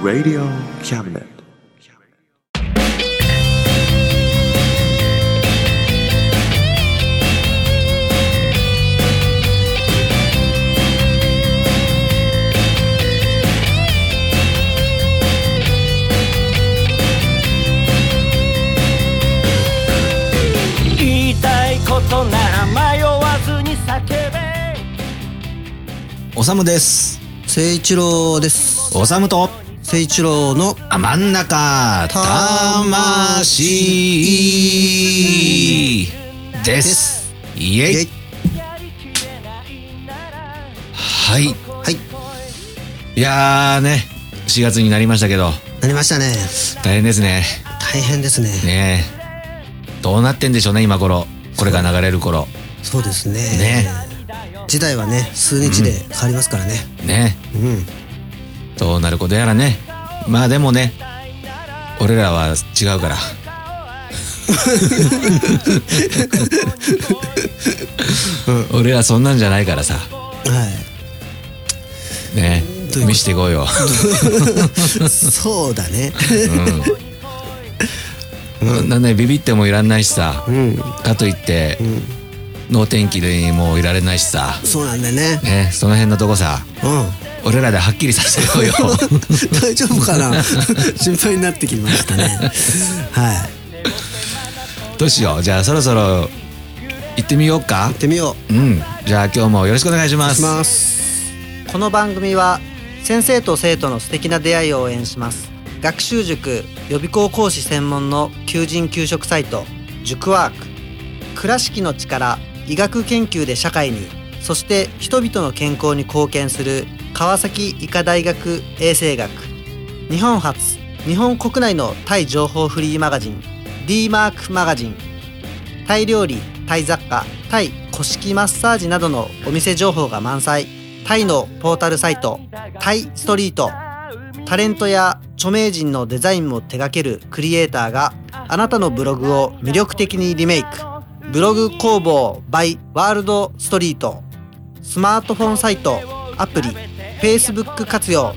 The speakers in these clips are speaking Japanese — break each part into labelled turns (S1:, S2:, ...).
S1: Radio Cabinet.
S2: 言いたいことなら迷わずに叫べ
S3: おさむです。
S4: 誠一郎です。
S3: おさむと、
S4: 誠一郎の
S3: あ真ん中、魂です。イ
S4: イ
S3: エ
S4: ェ
S3: イ
S4: イ。
S3: はい。
S4: はい、
S3: いやーね、4月になりましたけど、
S4: なりましたね。
S3: 大変ですね。
S4: 大変ですね。
S3: ねえどうなってんでしょうね、今頃。これが流れる頃。
S4: そうですね。
S3: ね
S4: 時代はね、数日で変わりますからね。
S3: ね
S4: うん。
S3: えどうなることやらね。まあでもね、俺らは違うから。 俺らそんなんじゃないからさ。
S4: は
S3: ね
S4: どういうこと
S3: 見していこうよ、
S4: い。そうだね。
S3: うん、なんねビビってもいらんないしさ、
S4: うん。
S3: かといって、能天気でもういられないしさ
S4: そうなんだよね。
S3: ねその辺のとこさ
S4: う
S3: 俺らではっきりさせよ うよ
S4: ん。大丈夫かな 心配になってきましたね。はい。
S3: どうしようじゃあそろそろ行ってみようか
S4: 行ってみよう。
S3: うんじゃあ今日もよろしくお願いしま
S4: し
S3: す
S4: ます。
S5: この番組は先生と生徒の素敵な出会いを応援します学習塾予備校講師専門の求人・給食サイト塾ワーク倉敷の力医学研究で社会にそして人々の健康に貢献する川崎医科大学衛生学日本初日本国内のタイ情報フリーマガジン d マークマガジンタイ料理タイ雑貨タイ古式マッサージなどのお店情報が満載タイのポータルサイトタイストリートタレントや著名人のデザインも手掛けるクリエイターがあなたのブログを魅力的にリメイクブログ工房 by ワールドストリートスマートフォンサイトアプリ Facebook 活用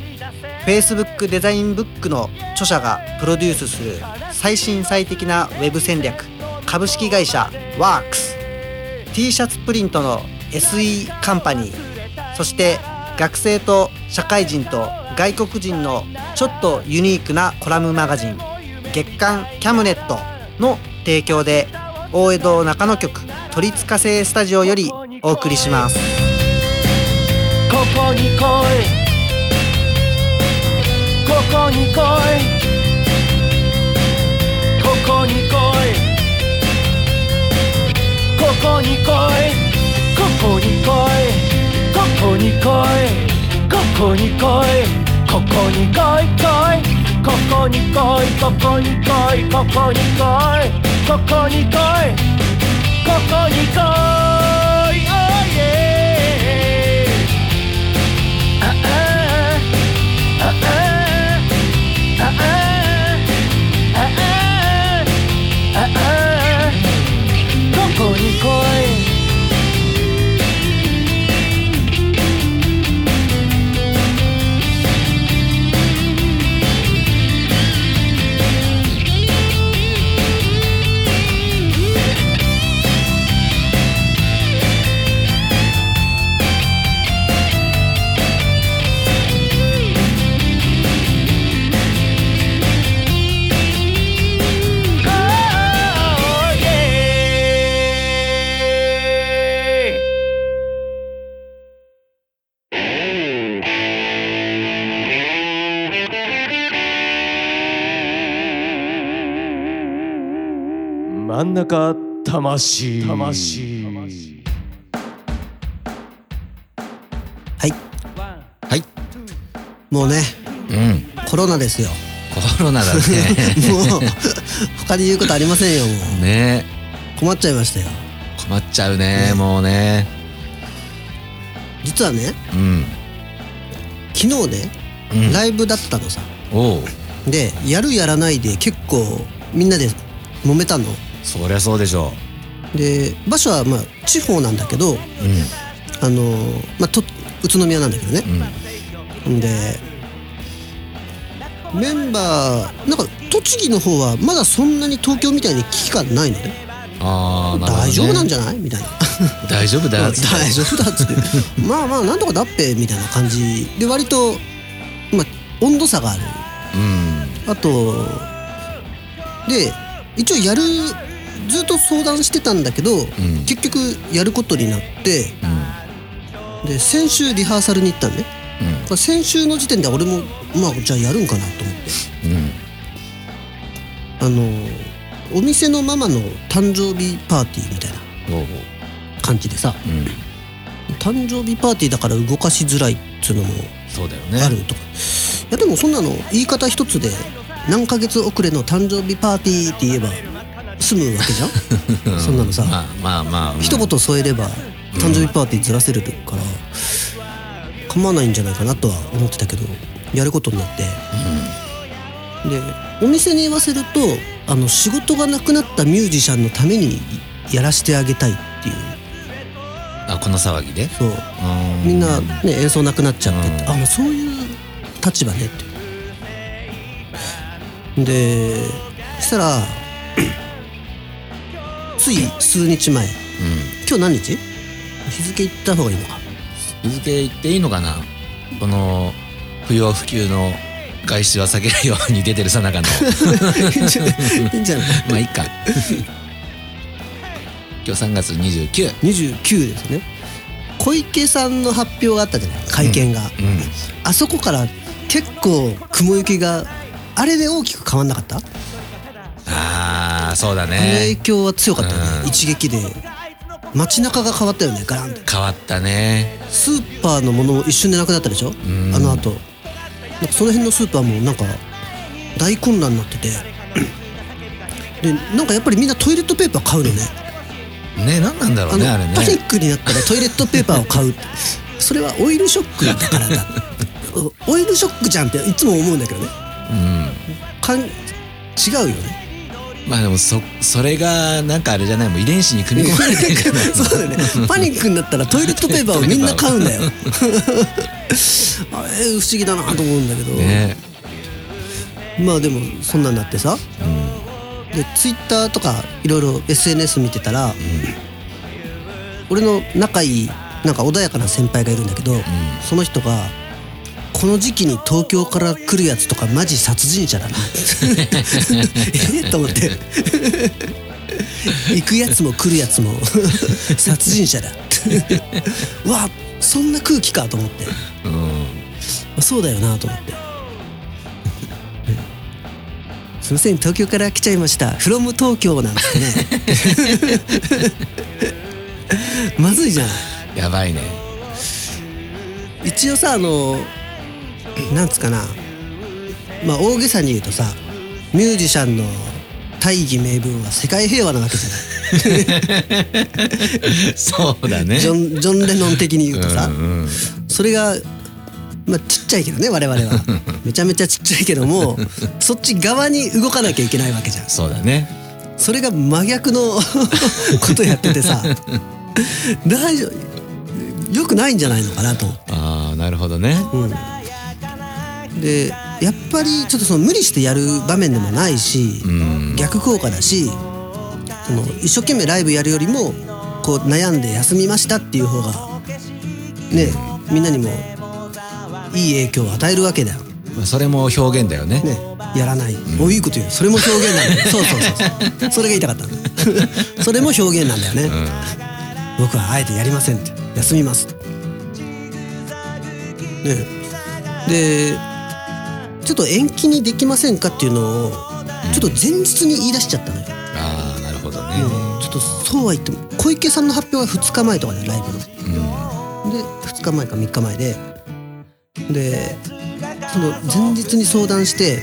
S5: Facebook デザインブックの著者がプロデュースする最新最適なウェブ戦略株式会社 WORKS t シャツプリントの SE カンパニーそして学生と社会人と外国人のちょっとユニークなコラムマガジン月刊キャムネットの提供で大江戸中野局鳥塚製スタジオよりお送りします
S2: ここに来いここに来いここに来いここに来いここに来いここに来いここに来いここに来い来いここに来いここに来いここに来いここに来いここに来い Oh yeah ああああああああああここに来い Oh yeah
S6: 真ん中魂魂
S4: もうね、
S3: うん
S4: コロナですよ。
S3: コロナだね
S4: もう、他に言うことありませんよ。も う
S3: ね
S4: 困っちゃいましたよ。
S3: 困っちゃうねもうね
S4: 実はね、
S3: うん
S4: 昨日ね、
S3: うん
S4: ライブだったのさ。
S3: おう
S4: でやるやらないで結構みんなで揉めたの
S3: そりゃそうでしょ
S4: で場所はまあ地方なんだけど
S3: ううん
S4: あのーまあ、と宇都宮なんだけどね
S3: うん
S4: んでメンバーなんか栃木の方はまだそんなに東京みたいに危機感ないのね
S3: ああ、なるほどね
S4: 大丈夫なんじゃないみたいな
S3: 大丈夫だ
S4: 大
S3: っつって
S4: 丈夫だっつって まあまあなんとかだっぺみたいな感じで割と、まあ、温度差がある
S3: うん
S4: あとで一応やるずっと相談してたんだけど、
S3: うん
S4: 結局やることになって
S3: うん
S4: で先週リハーサルに行ったんね
S3: うん
S4: これ先週の時点で俺もまあじゃあやるんかなと思って
S3: うん
S4: あのお店のママの誕生日パーティーみたいな
S3: おう
S4: 感じでさ
S3: うん
S4: 誕生日パーティーだから動かしづらいっつうのも
S3: そうだよ
S4: あ
S3: ね
S4: るとか、いやでもそんなの言い方一つで何ヶ月遅れの誕生日パーティーって言えば済むわけじゃん
S3: う
S4: そんなのさ
S3: まあまあまあうん
S4: 一言添えれば誕生日パーティーずらせるから、構わないんじゃないかなとは思ってたけどやることになって、でお店に言わせるとあの仕事がなくなったミュージシャンのためにやらしてあげたいっていう
S3: あこの騒ぎで
S4: そう
S3: う
S4: みんな、ね、演奏なくなっちゃってって、
S3: うん
S4: あもうそういう立場ねってでそしたら つい数日前
S3: うん
S4: 今日何日日付行った方がいいのか
S3: 日付言っていいのかなこの不要不急の外出は避けるように出てるさなか の
S4: いいんじ ゃない
S3: まあいいか今日3月29
S4: 29ですね小池さんの発表があったじゃない会見が、
S3: うん
S4: あそこから結構雲行きがあれで大きく変わんなかった、
S3: ああそうだ
S4: あの影
S3: ね
S4: 響は強かったよね、
S3: うん
S4: 一撃で街中が変わったよねガランって
S3: 変わったね
S4: スーパーのものも一瞬でなくなったでしょ、
S3: ん
S4: あのあとその辺のスーパーもなんか大混乱になっ ててでなんかやっぱりみんなトイレットペーパー買うのね
S3: ね何なんだろ
S4: あ
S3: う
S4: の、
S3: ねあれね
S4: パニックになったらトイレットペーパーを買う それはオイルショックだからだおオイルショックじゃんっていつも思うんだけどね
S3: うん
S4: かん違うよね
S3: まあでもそそれがなんかあれじゃないもう遺伝子に組み込まれてるから
S4: そうだよねパニックになったらトイレットペーパーをみんな買う んだよあれ不思議だなと思うんだけど、
S3: ね
S4: まあでもそんなんなってさ、でツイッターとかいろいろ SNS 見てたら、俺の仲いいなんか穏やかな先輩がいるんだけど、その人が「この時期に東京から来るやつとかマジ殺人者だな」えっと思って行くやつも来るやつも殺人者だわあそんな空気かと思って。
S3: うん
S4: まあそうだよなと思って。 すいません東京から来ちゃいました「from 東京」なんですね まずいじゃない
S3: やばいね
S4: 一応さあのなんつうかなまあ大げさに言うとさミュージシャンの大義名分は世界平和なわけじゃな
S3: そうだね
S4: いジョンジョン・レノン的に言うとさ、
S3: うんうん
S4: それが、まあ、ちっちゃいけどね我々 はめちゃめちゃちっちゃいけどもそっち側に動かなきゃいけないわけじゃん
S3: そうだね
S4: それが真逆の ことやってて さ大丈夫よくないんじゃないのかなと、
S3: ああなるほどね
S4: うん、でやっぱりちょっとその無理してやる場面でもないし、
S3: うん
S4: 逆効果だしその一生懸命ライブやるよりもこう悩んで休みましたっていう方がね、みんなにもいい影響を与えるわけだよ。
S3: まあそれも表現だよね
S4: ね、やらない、おいいこと言うそれも表現なんだ よそうそうそうそうそれが言いたかったのそれも表現なんだよね、僕はあえてやりませんって休みますねでちょっと延期にできませんかっていうのをちょっと前日に言い出しちゃったのよ、
S3: ああなるほどね
S4: うんちょっとそうは言っても小池さんの発表は2日前とかでライブので2日前か3日前ででその前日に相談して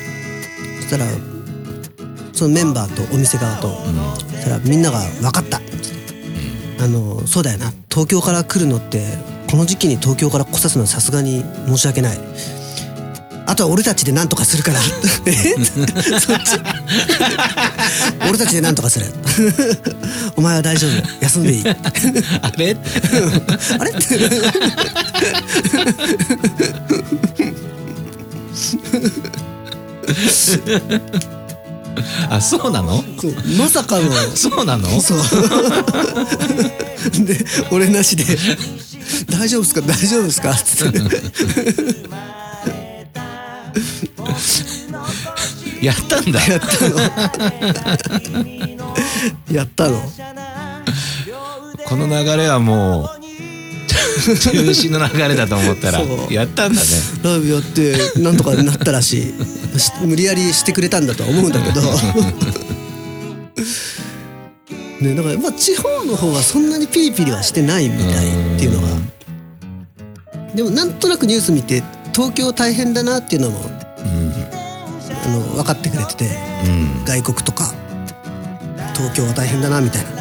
S4: そしたらそのメンバーとお店側と、そしたらみんなが「分かった」あのそうだよな東京から来るのってこの時期に東京から来さすのはさすがに申し訳ないあとは俺たちで何とかするからえそっち俺たちで何とかするお前は大丈夫休んでいい
S3: あれ
S4: あれ
S3: あそうなの
S4: そうまさかの
S3: そうなの
S4: そうで俺なしで「大丈夫ですか大丈夫ですか?」つって
S3: やったんだ
S4: やったのやったの
S3: この流れはもう中止の流れだと思ったら
S4: そう
S3: やったんだね
S4: ライブやってなんとかなったらしいし無理やりしてくれたんだとは思うんだけどねだからまあ地方の方はそんなにピリピリはしてないみたいっていうの
S3: う
S4: がでもなんとなくニュース見て東京大変だなっていうのも、あの分かってくれてて
S3: うん
S4: 外国とか東京は大変だなみたいな。い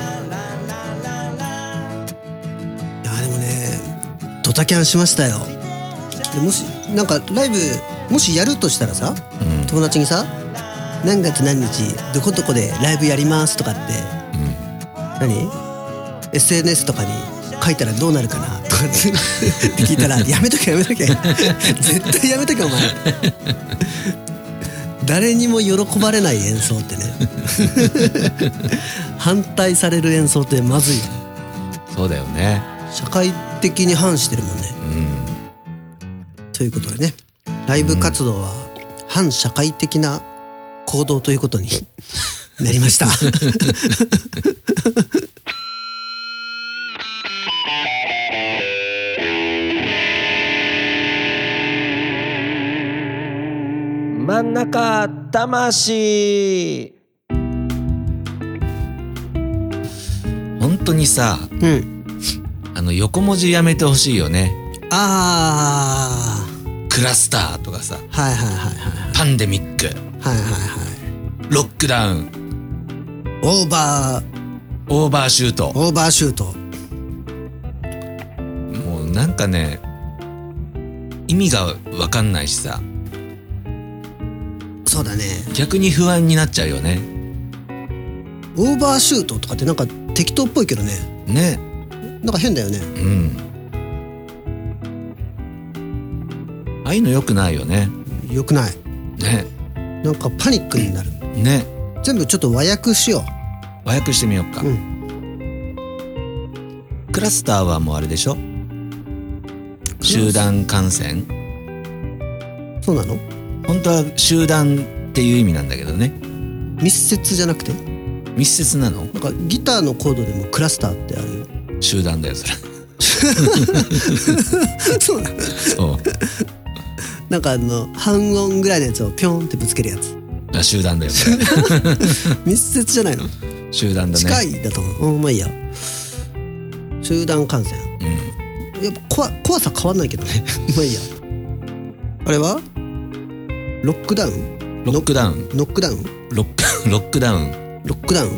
S4: やでもねドタキャンしましたよでもしなんかライブもしやるとしたらさ、
S3: うん
S4: 友達にさ「何月何日どこどこでライブやります」とかって、何 ?SNS とかに書いたらどうなるかなとかって って聞いたら「やめとけやめ とけ絶対やめとけお前」誰にも喜ばれない演奏ってね反対される演奏ってまずいよね
S3: そうだよね
S4: 社会的に反してるもんね。ということでねライブ活動は反社会的な行動ということになりました。
S6: 真ん中魂
S3: 本当にさ
S4: うん、
S3: あの横文字やめてほしいよね
S4: あ
S3: クラスターとかさ
S4: ーはいはいはいはい
S3: パンデミック
S4: はいはいはい
S3: ロックダウン
S4: オーバー
S3: オーバーシュート
S4: オーバーシュート
S3: もうなんかね意味がわかんないしさ
S4: そうだね
S3: 逆に不安になっちゃうよね
S4: オーバーシュートとかってなんか適当っぽいけどね
S3: ね
S4: なんか変だよね
S3: うんああいうの良くないよね
S4: よくない
S3: ね
S4: なんかパニックになる
S3: ね
S4: 全部ちょっと和訳しよ
S3: 和訳してみようか、
S4: う
S3: クラスターはもうあれでしょ集団感染
S4: うそうなの
S3: 本当は集団っていう意味なんだけどね
S4: 密接じゃなくて
S3: 密接なの
S4: なんかギターのコードでもクラスターってあるよ
S3: 集団だよそれ
S4: そうなの
S3: そう
S4: なんかあの半音ぐらいのやつをピョンってぶつけるやつ
S3: あ集団だよそれ
S4: 密接じゃないの、
S3: 集団だね
S4: 近いだと思ううんまあいいや集団感染
S3: うん、
S4: やっぱ怖怖さ変わんないけどね まあいいやあれはロックダウン
S3: ロックダウン
S4: ノックダウン
S3: ロックロックダウン
S4: ロックダウン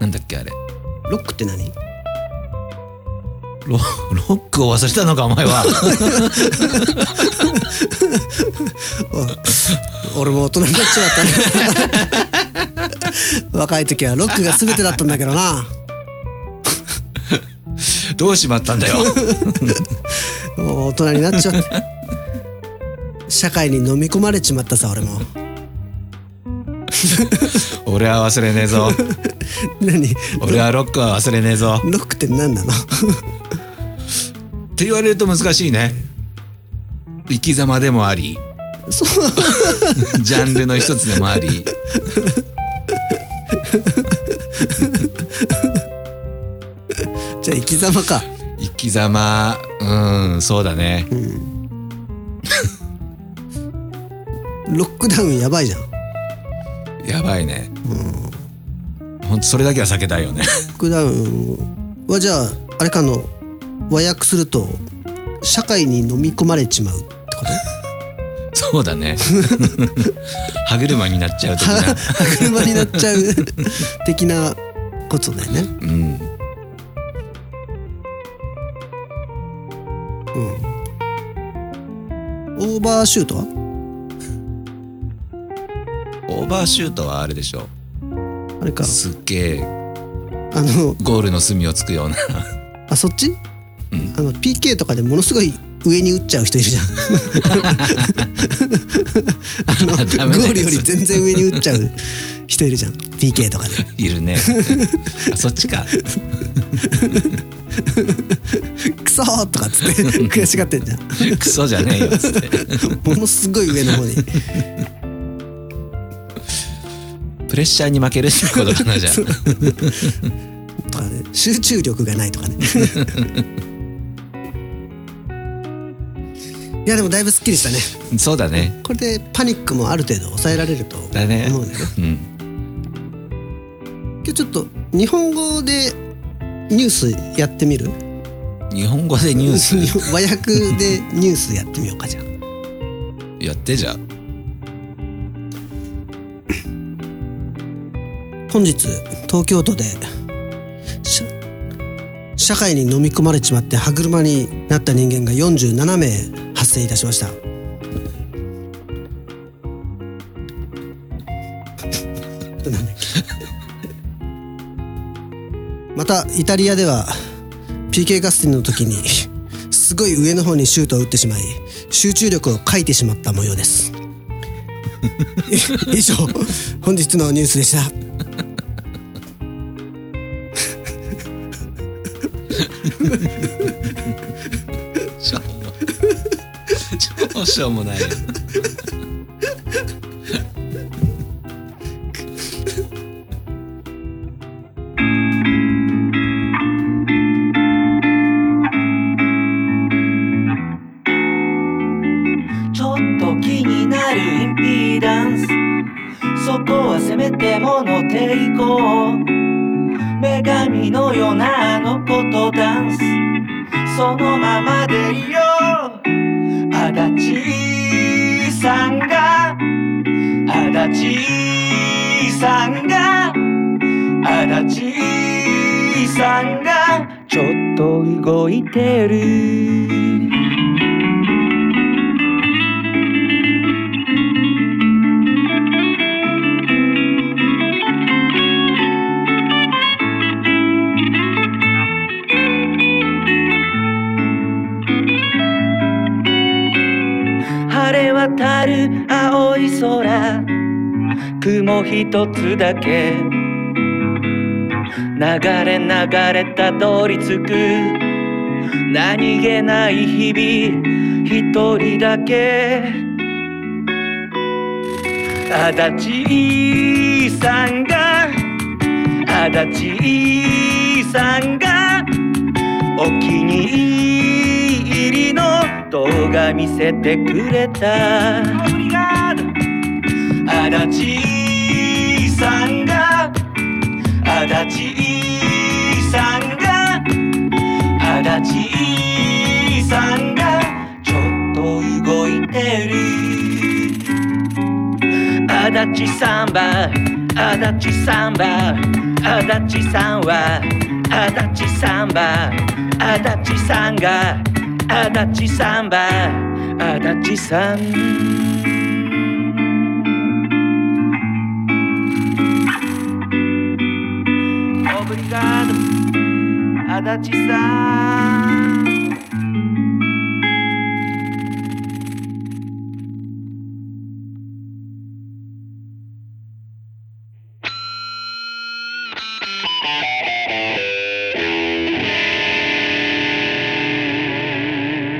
S3: なんだっけあれ
S4: ロックって何
S3: ロロックを忘れたのかお前は
S4: 俺も大人になっちまったね 若い時はロックが全てだったんだけどな
S3: どうしまったんだよ
S4: もう大人になっちゃって社会に飲み込まれちまったさ俺も
S3: 俺は忘れねえぞ
S4: 何
S3: 俺はロックは忘れねえぞ
S4: ロックって何なの
S3: って言われると難しいね生き様でもありそうジャンルの一つでもあり
S4: じゃあ生き様か
S3: 生き様うんそうだね
S4: ロックダウンやばいじゃんロ
S3: やばいねほんとそれだけは避けたいよね
S4: ックダウンはじゃああれかの和訳すると社会に飲み込まれちまうってこと
S3: そうだね歯車になっちゃうと
S4: 歯
S3: か
S4: 歯 車になっちゃう 的なことだよね
S3: うん
S4: オバーシュートは
S3: オーバーシュートはあれでしょ
S4: あれか
S3: すっげえ
S4: あの
S3: ゴールの隅をつくような
S4: あそっち、
S3: うん
S4: あの PK とかでものすごい上に打っちゃう人いるじゃんあの
S3: ダメだよ
S4: ゴールより全然上に打っちゃう人いるじゃん PK とかで
S3: いるねあそっちか
S4: クソーとかっつ って悔しがってんじゃん
S3: クソじゃねえよっつって
S4: ものすごい上の方に
S3: プレッシャーに負けるってことかなじゃん
S4: とかね集中力がないと かねいやでもだいぶすっきりしたね
S3: そうだね
S4: これでパニックもある程度抑えられると思う
S3: だね
S4: ね
S3: うん
S4: 今日ちょっと日本語でニュースやってみる
S3: 日本語でニュー ス
S4: 和訳でニュースやってみようかじゃあ
S3: やってじゃん
S4: 本日東京都で社社会に飲み込まれちまって歯車になった人間が47名発生いたしました なんだっけまたイタリアでは PK 合戦の時にすごい上の方にシュートを打ってしまい集中力を欠いてしまった模様です 以上本日のニュースでした
S3: しょうも超しょうも ないよ
S2: ちょっと気になるインピーダンスそこはせめてもの抵抗女神のようなあの子とダンスそのままでいいよ足立さんが足立さんが足立さんがちょっと動いてる晴れ渡る青い空雲一つだけ流れ流れたどり着く何気ない日々一人だけ足立さんが足立さんがお気に入りの動画見せてくれた足立さんが足立さんが足立さんがちょっと動いてる足立さんは足立さんは足立さんは足立さんは足立さんが足立さんは足立さんオブリガード足立さん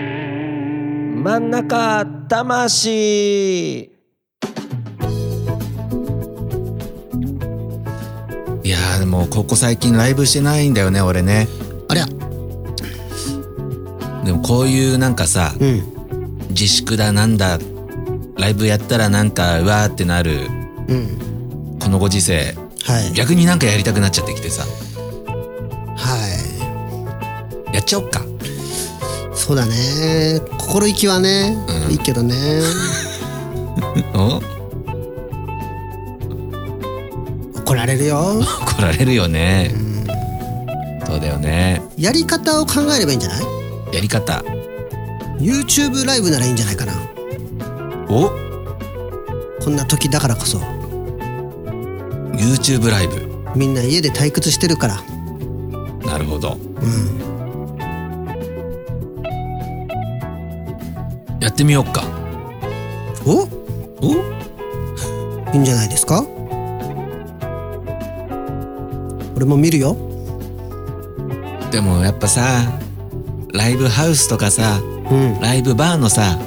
S6: 真ん中魂
S3: いやーでもここ最近ライブしてないんだよね俺ね
S4: ありゃ
S3: でもこういうなんかさ
S4: うん
S3: 自粛だなんだライブやったらなんかうわーってなる
S4: うん
S3: このご時世
S4: はい
S3: 逆になんかやりたくなっちゃってきてさ
S4: は
S3: やっちゃおっ か
S4: いそうだね心意気はね、
S3: うん
S4: いいけどね
S3: お
S4: 怒られるよ
S3: 怒られるよねそうだよね
S4: やり方を考えればいいんじゃない
S3: やり方
S4: YouTube ライブならいいんじゃないかな
S3: お
S4: こんな時だからこそ
S3: YouTube ライブ
S4: みんな家で退屈してるから
S3: なるほど
S4: うん
S3: やってみよっか
S4: お
S3: お
S4: いいんじゃないですか俺も見るよ
S3: でもやっぱさライブハウスとかさ
S4: うん
S3: ライブバーのさ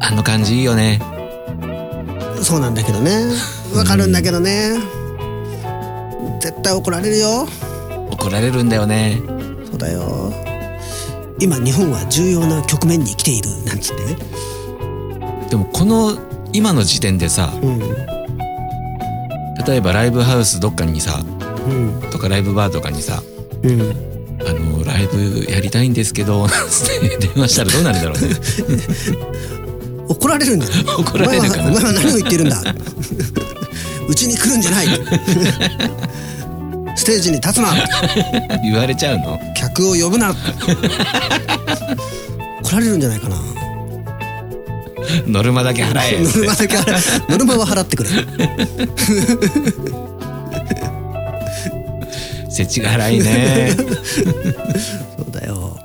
S3: あの感じいいよね
S4: そうなんだけどねわかるんだけどね絶対怒られるよ
S3: 怒られるんだよね
S4: そうだよ今日本は重要な局面に来ているなんつってね
S3: でもこの今の時点でさ
S4: うん
S3: 例えばライブハウスどっかにさ
S4: うん
S3: とかライブバーとかにさ
S4: うん
S3: あのライブやりたいんですけどなんつって電話したらどうなるんだろうね
S4: 怒られるんじゃない
S3: 怒られるかな
S4: お前はお前は何を言っ てるんだうちに来るんじゃないステージに立つな
S3: 言われちゃうの
S4: 客を呼ぶな怒られるんじゃないかな
S3: ノルマだけ払え
S4: ノルマだ け払えノルマは払ってくれ
S3: せちがらいね
S4: そうだよ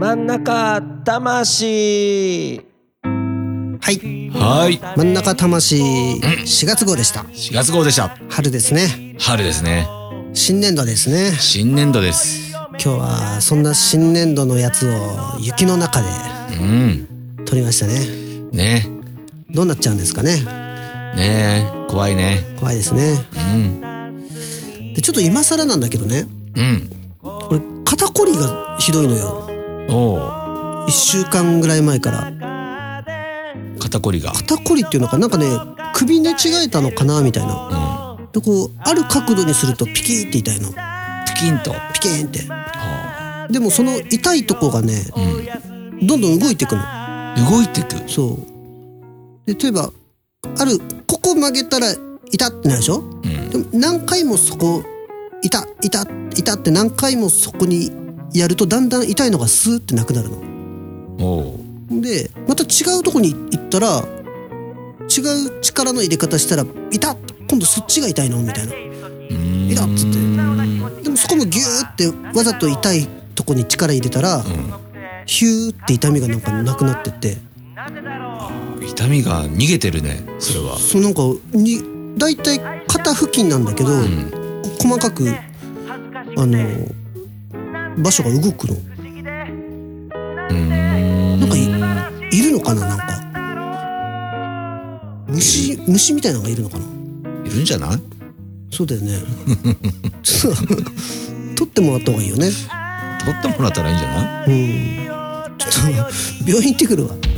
S6: 真ん中魂
S4: はい
S3: はい
S4: 真ん中魂4月号でした
S3: 4月号でした
S4: 春ですね
S3: 春ですね
S4: 新年度ですね
S3: 新年度です
S4: 今日はそんな新年度のやつを雪の中で
S3: うん
S4: 撮りましたね
S3: ね
S4: どうなっちゃうんですかね
S3: ねえ怖いね
S4: 怖いですね
S3: うん
S4: でちょっと今更なんだけどね
S3: うん
S4: 俺肩こりがひどいのよ
S3: おお
S4: 1週間ぐらい前から
S3: 肩こりが
S4: 肩こりっていうのかなんかね首寝違えたのかなみたいな
S3: うん
S4: でこうある角度にするとピキーって痛いの
S3: ピキンと
S4: ピキーンって
S3: あ
S4: でもその痛いとこがね
S3: あうん
S4: どんどん動いていくの
S3: 動いてく
S4: そうで例えばあるここ曲げたら痛ってなるでしょ
S3: うん
S4: でも何回もそこ痛痛痛って何回もそこにやるとだんだん痛いのがスーってなくなるの
S3: おう
S4: でまた違うとこに行ったら違う力の入れ方したら痛っ今度そっちが痛いのみたいな
S3: うーん
S4: イラッつって
S3: うん
S4: でもそこもギューってわざと痛いとこに力入れたら、ヒューって痛みがなんかなくなってって
S3: 痛みが逃げてるねそれは
S4: そうなんかに大体肩付近なんだけど、
S3: うん
S4: 細かくあの場所が動くの
S3: うーん
S4: なんかいいるのかななんか虫虫みたいなのがいるのかない
S3: るんじゃない
S4: そうだよね そう取ってもらった方がいいよね
S3: 取ってもらったらいいんじゃない
S4: うんちょっと病院行ってくるわ行
S3: で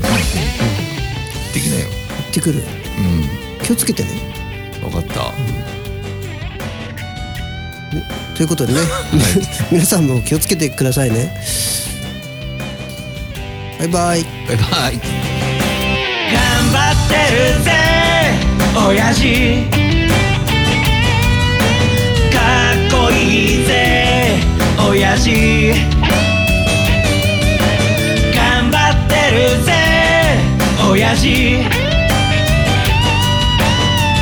S3: きないよ
S4: ってくる気をつけてね
S3: うん分かった
S4: ということでね、 皆さんも気をつけてくださいねバイバイ
S3: バイバイ
S2: 頑張ってるぜ親父かっこいいぜ親父頑張ってるぜ親父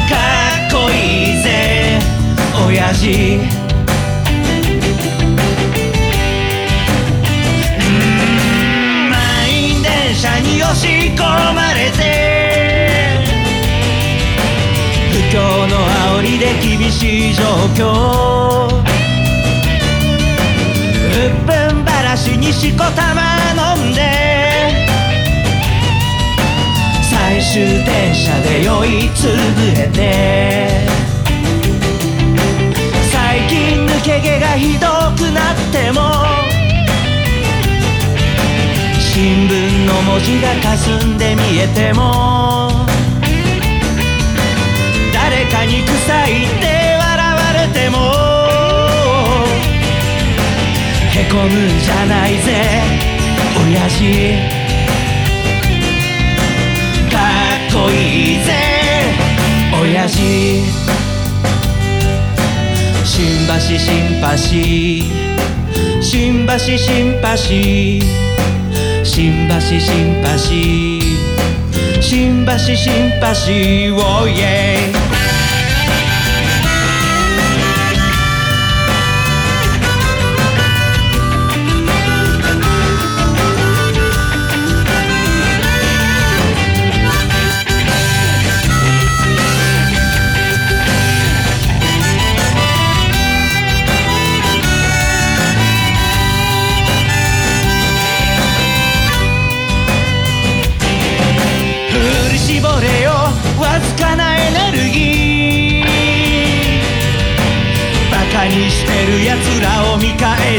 S2: かっこいいぜ親父満員電車に押し込まれて不況の煽りで厳しい状況うっぷんばらしにしこたま飲んで最終電車で酔いつぶれて最近抜け毛がひどくなっても新聞の文字が霞んで見えても誰かに臭いって笑われてもへこむんじゃないぜ親父かっこいいぜ親父
S3: 新橋新橋新橋新橋新橋新橋新橋新橋 Oh yeah 振り絞れよわずかなエネルギーバカにしてるやつらを見返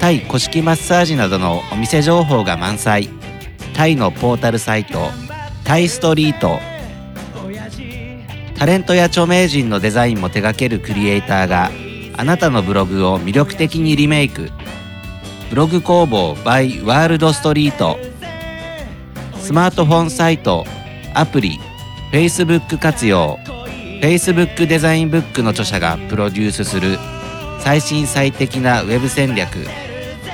S3: タイ古式マッサージなどのお店情報が満載タイのポータルサイトタイストリートタレントや著名人のデザインも手掛けるクリエイターがあなたのブログを魅力的にリメイクブログ工房 by ワールドストリートスマートフォンサイトアプリ Facebook 活用 Facebook デザインブックの著者がプロデュースする最新最適なウェブ戦略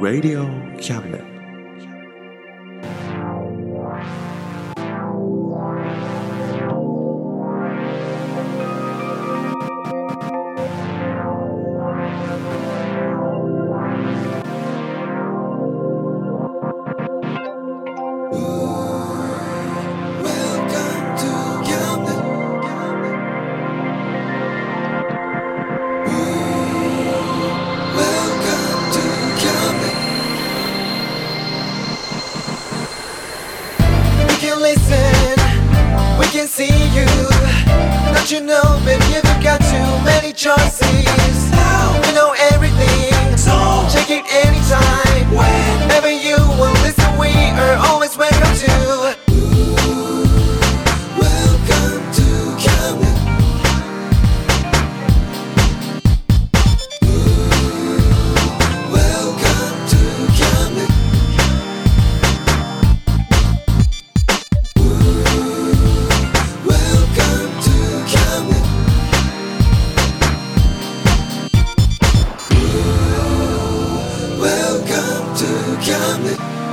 S1: Radio Cabinet.
S5: We can listen, we can see you. Don't you know, baby, you've got too many choices. We know everything, so check it anytime. Whenever you will listen, we are always welcome to. Welcome to Camden. Welcome to Camden. Welcome to Camden. Welcome to Camden.